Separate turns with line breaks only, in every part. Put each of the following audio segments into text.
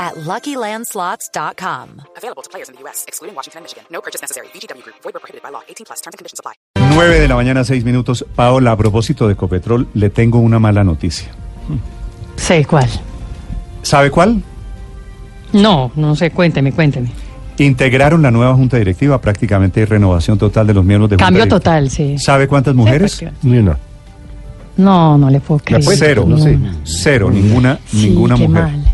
at LuckyLandSlots.com.
Available to players in the U.S., excluding Washington and Michigan. No purchase necessary. VGW Group. Void where prohibited by law. 18 plus. Terms and conditions apply.
9 de la mañana, 6 minutos. Paola, a propósito de Copetrol, le tengo una mala noticia.
Sé cuál.
¿Sabe cuál?
No, no sé, cuénteme, cuénteme.
Integraron la nueva junta directiva, prácticamente hay renovación total de los miembros de junta
Cambio
directiva.
total, sí.
¿Sabe cuántas mujeres?
Ni una.
No, no le puedo creer.
Cero,
No,
sé.
no.
cero, ninguna,
Sí,
ninguna
qué
mujer.
mal.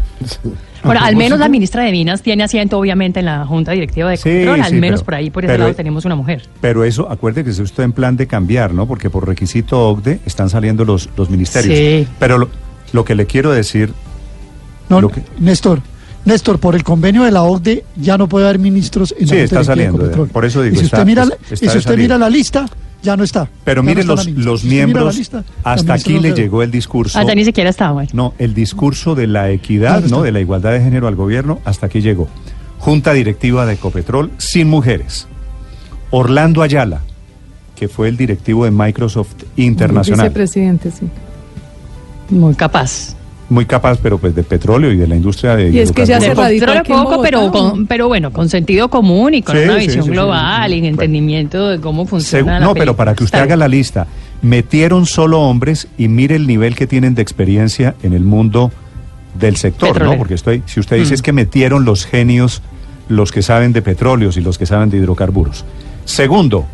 Bueno, al menos la ministra de Minas tiene asiento, obviamente, en la Junta Directiva de
Sí,
Control. al
sí,
menos
pero-
por ahí, por ese
pero-
lado, tenemos una mujer.
Pero eso, acuérdese que es usted en plan de cambiar, ¿no? Porque por requisito OCDE E están saliendo los, los ministerios.
Sí.
Pero lo, lo que le quiero decir,
No,
Lo que-
Néstor, Néstor, por el convenio de la OCDE ya no puede haber ministros en
Sí,
la Junta
está
Directiva de
saliendo,
Ecopetrol.
por eso digo,
Y si
está-
usted, mira,
está
y si
de
usted
salida.
mira la lista, ya no está.
pero
Ya no
miren
está la
los,
lista.
los
Si usted mira la
miembros,
lista, Ah, la
hasta
ministra
aquí
no
le
se ve.
llegó el discurso.
Allá ni siquiera está, bueno.
No, el discurso de la equidad,
Claro
¿no?
está.
De la igualdad de género al gobierno, hasta aquí llegó. Junta directiva de Ecopetrol sin mujeres. Orlando Ayala, que fue el directivo de Microsoft Internacional.
Vicepresidente, sí.
Muy capaz.
Muy capaz, pero pues de petróleo y de la industria de
Y es que ya
hidrocarburos.
se
Pero
radicó
controla
aquí en
poco, pero,
Bogotá,
con- pero bueno, con sentido común y con
Sí,
una
sí,
visión
sí, sí,
global
sí, sí.
y entendimiento de cómo
Segu-
funciona la
no, pero para que usted haga la lista, metieron solo hombres y mire el nivel que tienen de experiencia en el mundo del sector, ¿no?
Petrolero.
Porque estoy, si usted dice es que metieron los genios, los que saben de petróleos y los que saben de hidrocarburos. Segundo,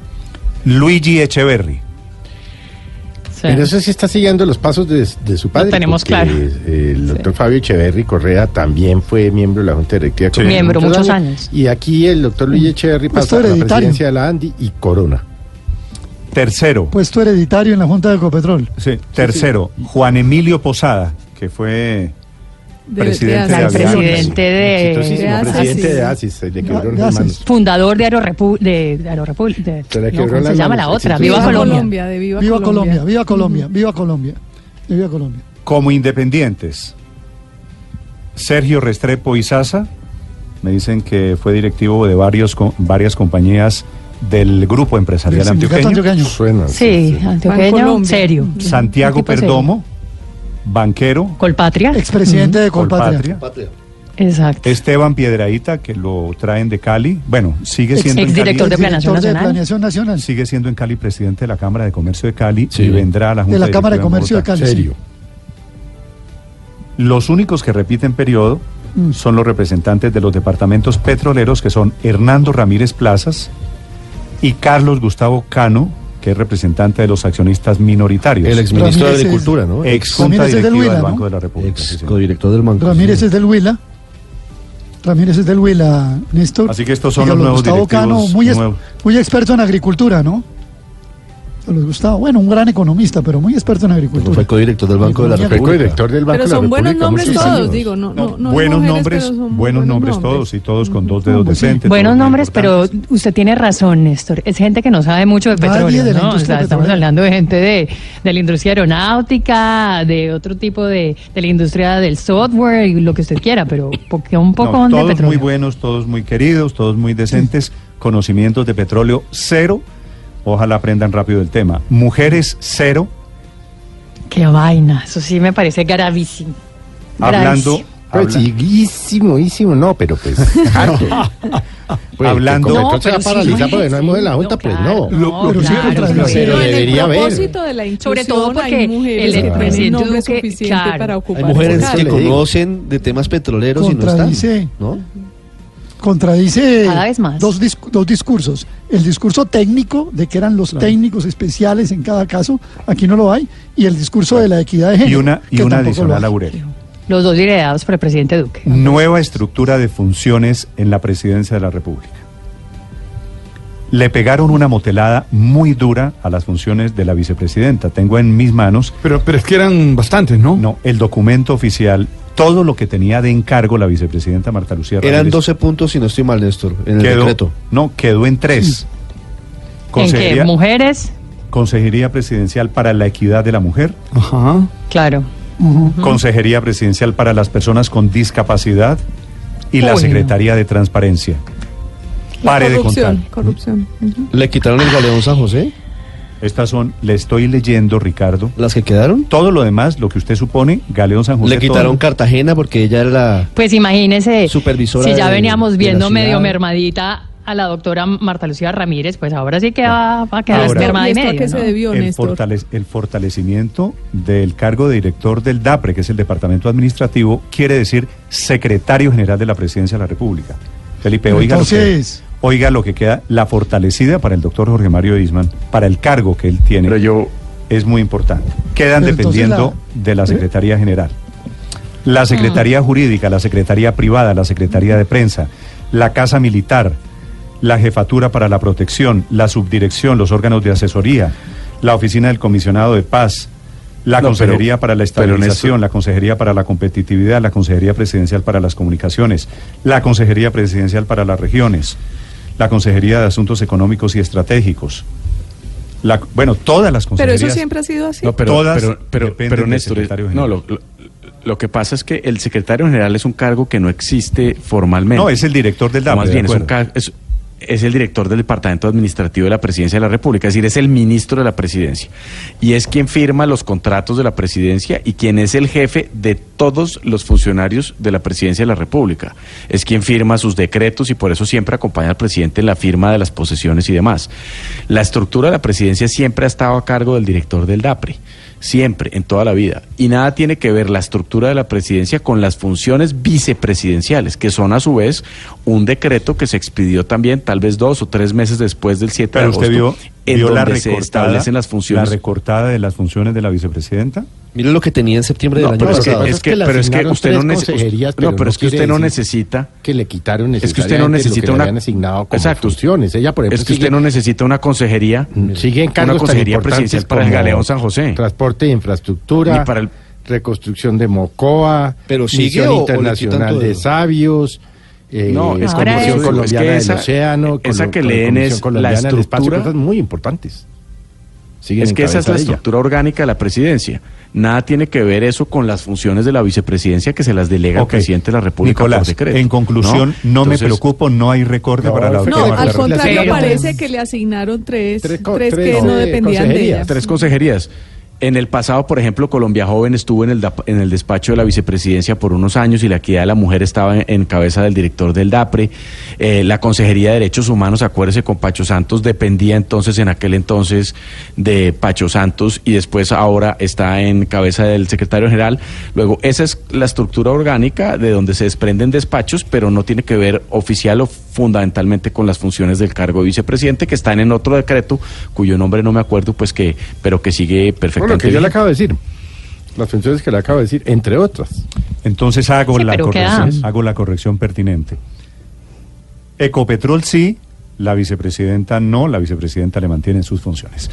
Luigi Echeverry.
Sí.
Pero eso sí está siguiendo los pasos de, de su padre.
tenemos
porque,
claro.
eh, el doctor Fabio Echeverry Correa también fue miembro de la Junta Directiva.
Sí.
por
Miembro, muchos años.
Y aquí el doctor Luis Echeverry
Puesto
pasa a la
Mm. hereditario.
presidencia de la Andi y Corona.
Tercero,
Puesto hereditario en la Junta de Ecopetrol.
Pues, sí, tercero, Juan Emilio Posada, que fue
de-
Presidente
de
de
Asia.
Avianca.
Presidente de-
Exitosísimo,
de Asis.
presidente de ASIS. Se le quebraron
de
las
Asis.
manos.
Fundador de Aerorepu... de, de Aerorepu- de-
Se le
no,
quebró
¿cómo
la
se llama
mano,
la otra?
sí, sí.
Viva,
Viva
Colombia.
Colombia, de Viva,
Viva Colombia,
Colombia.
viva Colombia, viva Colombia, viva Colombia.
como independientes. Sergio Restrepo Izaza, me dicen que fue directivo de varios, co- varias compañías del grupo empresarial
Del sindicato
antioqueño.
antioqueño.
Suena.
Sí, antioqueño,
Bancolombia.
serio.
Ah, Santiago
Un tipo serio.
Perdomo, banquero,
Colpatria.
Expresidente de Colpatria.
Colpatria.
Exacto.
Esteban Piedraíta, que lo traen de Cali. Bueno, sigue siendo, en Cali,
Exdirector de Planación
Director de
Nacional.
Planeación Nacional.
sigue siendo en Cali presidente de la Cámara de Comercio de Cali
Sí.
y vendrá a la Junta
De la Cámara de
Directiva
Comercio de
Bogotá.
Cali.
Serio.
Los únicos que repiten periodo
Mm.
son los representantes de los departamentos petroleros, que son Hernando Ramírez Plazas y Carlos Gustavo Cano, que es representante de los accionistas minoritarios.
El exministro de
Ramírez es-
Agricultura, ¿no?
Ex junta
Ramírez es del
directiva
Huila,
del
¿no?
Banco de la República. sí,
Ex
sí.
codirector del banco.
Ramírez es del Huila. Ramírez es del Huila, Néstor.
Así que estos son
Y
los
Carlos
nuevos
Gustavo Cano,
directivos
muy, es-
nuevos.
muy experto en agricultura, ¿no? Carlos Gustavo, bueno, un gran economista, pero muy experto en agricultura.
Fue codirector del Banco de la
Economía.
República.
Fue codirector del Banco
Pero
de la
son buenos
República
nombres
muchos
todos,
años.
digo, no, no, no hay
buenos
mujeres,
nombres,
pero son
buenos nombres todos y todos con dos dedos de
Pues sí.
frente.
Buenos
todos muy
nombres, pero
importantes.
usted tiene razón, Néstor. Es gente que no sabe mucho de
Nadie
petróleo,
de la
¿no? O
industria
sea, estamos
petrolera.
hablando de gente de, de la industria aeronáutica, de otro tipo de, de la industria del software y lo que usted quiera, pero porque un
No,
poco de
todos muy
petróleo.
buenos, todos muy queridos, todos muy decentes, conocimientos de petróleo cero. Ojalá aprendan rápido el tema. Mujeres cero,
Qué vaina, eso sí me parece gravísimo.
hablando,
Gravísimo.
Pues,
habla-
higuísimo, hísimo, no, pero pues. harto. Pues,
Hablando-
que
No,
Copetrol se va a paralizar porque no hay mujer en la Junta, pues no.
Lo- lo que sí
claro,
encontramos-
pues.
Pero
Pero en
debería
el
haber.
propósito de la inclusión
Sobre todo porque
hay mujeres
el-
que
el
tienen
presidente
nombre
Duque,
suficiente
claro.
para ocupar
Hay
ese
mujeres
cargo.
que
le digo.
conocen de temas petroleros y no
Contradice.
están. ¿no?
Contradice
Cada vez más.
Dos, discu- dos discursos. El discurso técnico, de que eran los técnicos especiales en cada caso, aquí no lo hay, y el discurso de la equidad de género.
y una, y
que
una
tampoco lo
adicional,
hay.
Aurelio.
Los dos liderados por el presidente Duque.
Nueva estructura de funciones en la presidencia de la República. Le pegaron una motelada muy dura a las funciones de la vicepresidenta. Tengo en mis manos
Pero, pero es que eran bastantes, ¿no?
no, el documento oficial, todo lo que tenía de encargo la vicepresidenta Marta Lucía
Eran
Ramírez.
12 puntos, si no estoy mal, Néstor, en el
quedó,
decreto.
No, quedó en tres.
¿En qué?
Consejería,
¿Mujeres?
Consejería Presidencial para la Equidad de la Mujer,
Ajá.
Claro.
Consejería Presidencial para las Personas con Discapacidad y la
Uy, no.
Secretaría de Transparencia.
La
Pare de contar.
corrupción, corrupción. Ujú.
¿Le quitaron el galeón San José?
Estas son, le estoy leyendo, Ricardo.
¿Las que quedaron?
Todo lo demás, lo que usted supone, Galeón San José.
Le quitaron
todo-
Cartagena porque ella era la...
Pues imagínese,
Supervisora
si ya
de-
veníamos
de
viendo
la
medio
ciudad.
mermadita a la doctora Marta Lucía Ramírez, pues ahora sí que va, va a quedar
Ahora-
mermada
¿Y
y
esto a
medio.
qué se
¿no?
debió,
el,
Néstor?
fortale- el fortalecimiento del cargo de director del DAPRE, que es el Departamento Administrativo, quiere decir secretario general de la Presidencia de la República. Felipe, oiga, lo
Entonces-
que, oiga lo que queda, la fortalecida para el doctor Jorge Mario Isman, para el cargo que él tiene,
Pero yo,
es muy importante. Quedan
Pero entonces
dependiendo
la- ¿Eh?
de la Secretaría General. La
Ah.
Secretaría Jurídica, la Secretaría Privada, la Secretaría de Prensa, la Casa Militar, la Jefatura para la Protección, la Subdirección, los órganos de asesoría, la Oficina del Comisionado de Paz, la
No,
Consejería
pero-
para la
pero en eso-
Estabilización, la Consejería para la Competitividad, la Consejería Presidencial para las Comunicaciones, la Consejería Presidencial para las Regiones, la Consejería de Asuntos Económicos y Estratégicos. La, bueno, todas las
Pero
consejerías.
eso siempre ha sido así.
No, pero,
Todas
pero, pero,
dependen
pero
del
Néstor,
secretario
no,
general.
lo, lo- lo que pasa es que el secretario general es un cargo que no existe formalmente.
No, es el director del
No,
DAPRE.
Más
de
bien, es, un
acuerdo.
ca- es- es el director del Departamento Administrativo de la Presidencia de la República, es decir, es el ministro de la Presidencia. Y es quien firma los contratos de la Presidencia y quien es el jefe de todos los funcionarios de la Presidencia de la República. Es quien firma sus decretos y por eso siempre acompaña al presidente en la firma de las posesiones y demás. La estructura de la Presidencia siempre ha estado a cargo del director del DAPRE. Siempre, en toda la vida. Y nada tiene que ver la estructura de la presidencia con las funciones vicepresidenciales, que son a su vez un decreto que se expidió también tal vez dos o tres meses después del 7
Pero
de agosto,
usted vio,
en
vio la
donde se
recortada,
establecen las funciones.
la recortada de de las funciones de la vicepresidenta.
Mire lo que tenía en septiembre
No,
del
pero
año
es que,
pasado.
es que-
Lo que pasa es que le
pero es que
asignaron
usted no,
tres
nece-
consejerías,
no,
pero
pero
no
es que usted
quiere
no
decir
necesita
que le quitaron
es que usted no
necesariamente lo
necesita
que le
una
habían asignado como
Exacto.
funciones. Ella, por ejemplo,
es que usted
sigue- Mm.
no necesita una consejería
Sigue en cargos
una
tan
consejería
importantes
presidencial para el
como
Galeón San José
Transporte e infraestructura.
Ni para el-
Reconstrucción de Mocoa.
Pero sigue
Misión
o- o le quitan
internacional
todo.
de sabios. eh,
No, es
como
Comisión
eso,
colombiana
es que
del
esa-
océano.
esa
Colo-
que leen
Comisión
es
colombiana
la
del espacio,
estructura-
cosas muy importantes. Siguen
Es
en
que esa es
cabeza
la
de ella.
estructura orgánica de la presidencia. Nada tiene que ver eso con las funciones de la vicepresidencia que se las delega
Ok.
al presidente de la República por
Nicolás,
decreto.
en conclusión, no,
Entonces,
me preocupo, no hay recorte
No,
para la
Alfredo,
doctora
No,
Marta
al
Lucía.
contrario,
Pero-
parece que le asignaron tres,
Tres
tres,
co-
que
tres,
no
eh,
dependían de
consejerías.
ella.
Tres consejerías. En el pasado, por ejemplo, Colombia Joven estuvo en el, DAP- en el despacho de la vicepresidencia por unos años y la equidad de la mujer estaba en, en cabeza del director del DAPRE. Eh, la Consejería de Derechos Humanos, acuérdese con Pacho Santos, dependía entonces en aquel entonces de Pacho Santos y después ahora está en cabeza del secretario general. Luego, esa es la estructura orgánica de donde se desprenden despachos, pero no tiene que ver oficial o fundamentalmente con las funciones del cargo de vicepresidente que están en otro decreto cuyo nombre no me acuerdo, pues que, pero que sigue
Bueno, lo
perfectamente.
que yo le
bien.
acabo de decir. Las funciones que le acabo de decir, entre otras.
Entonces hago,
Sí,
la
pero
corrección,
queda-
hago la corrección pertinente. Ecopetrol sí, la vicepresidenta no, la vicepresidenta le mantiene en sus funciones.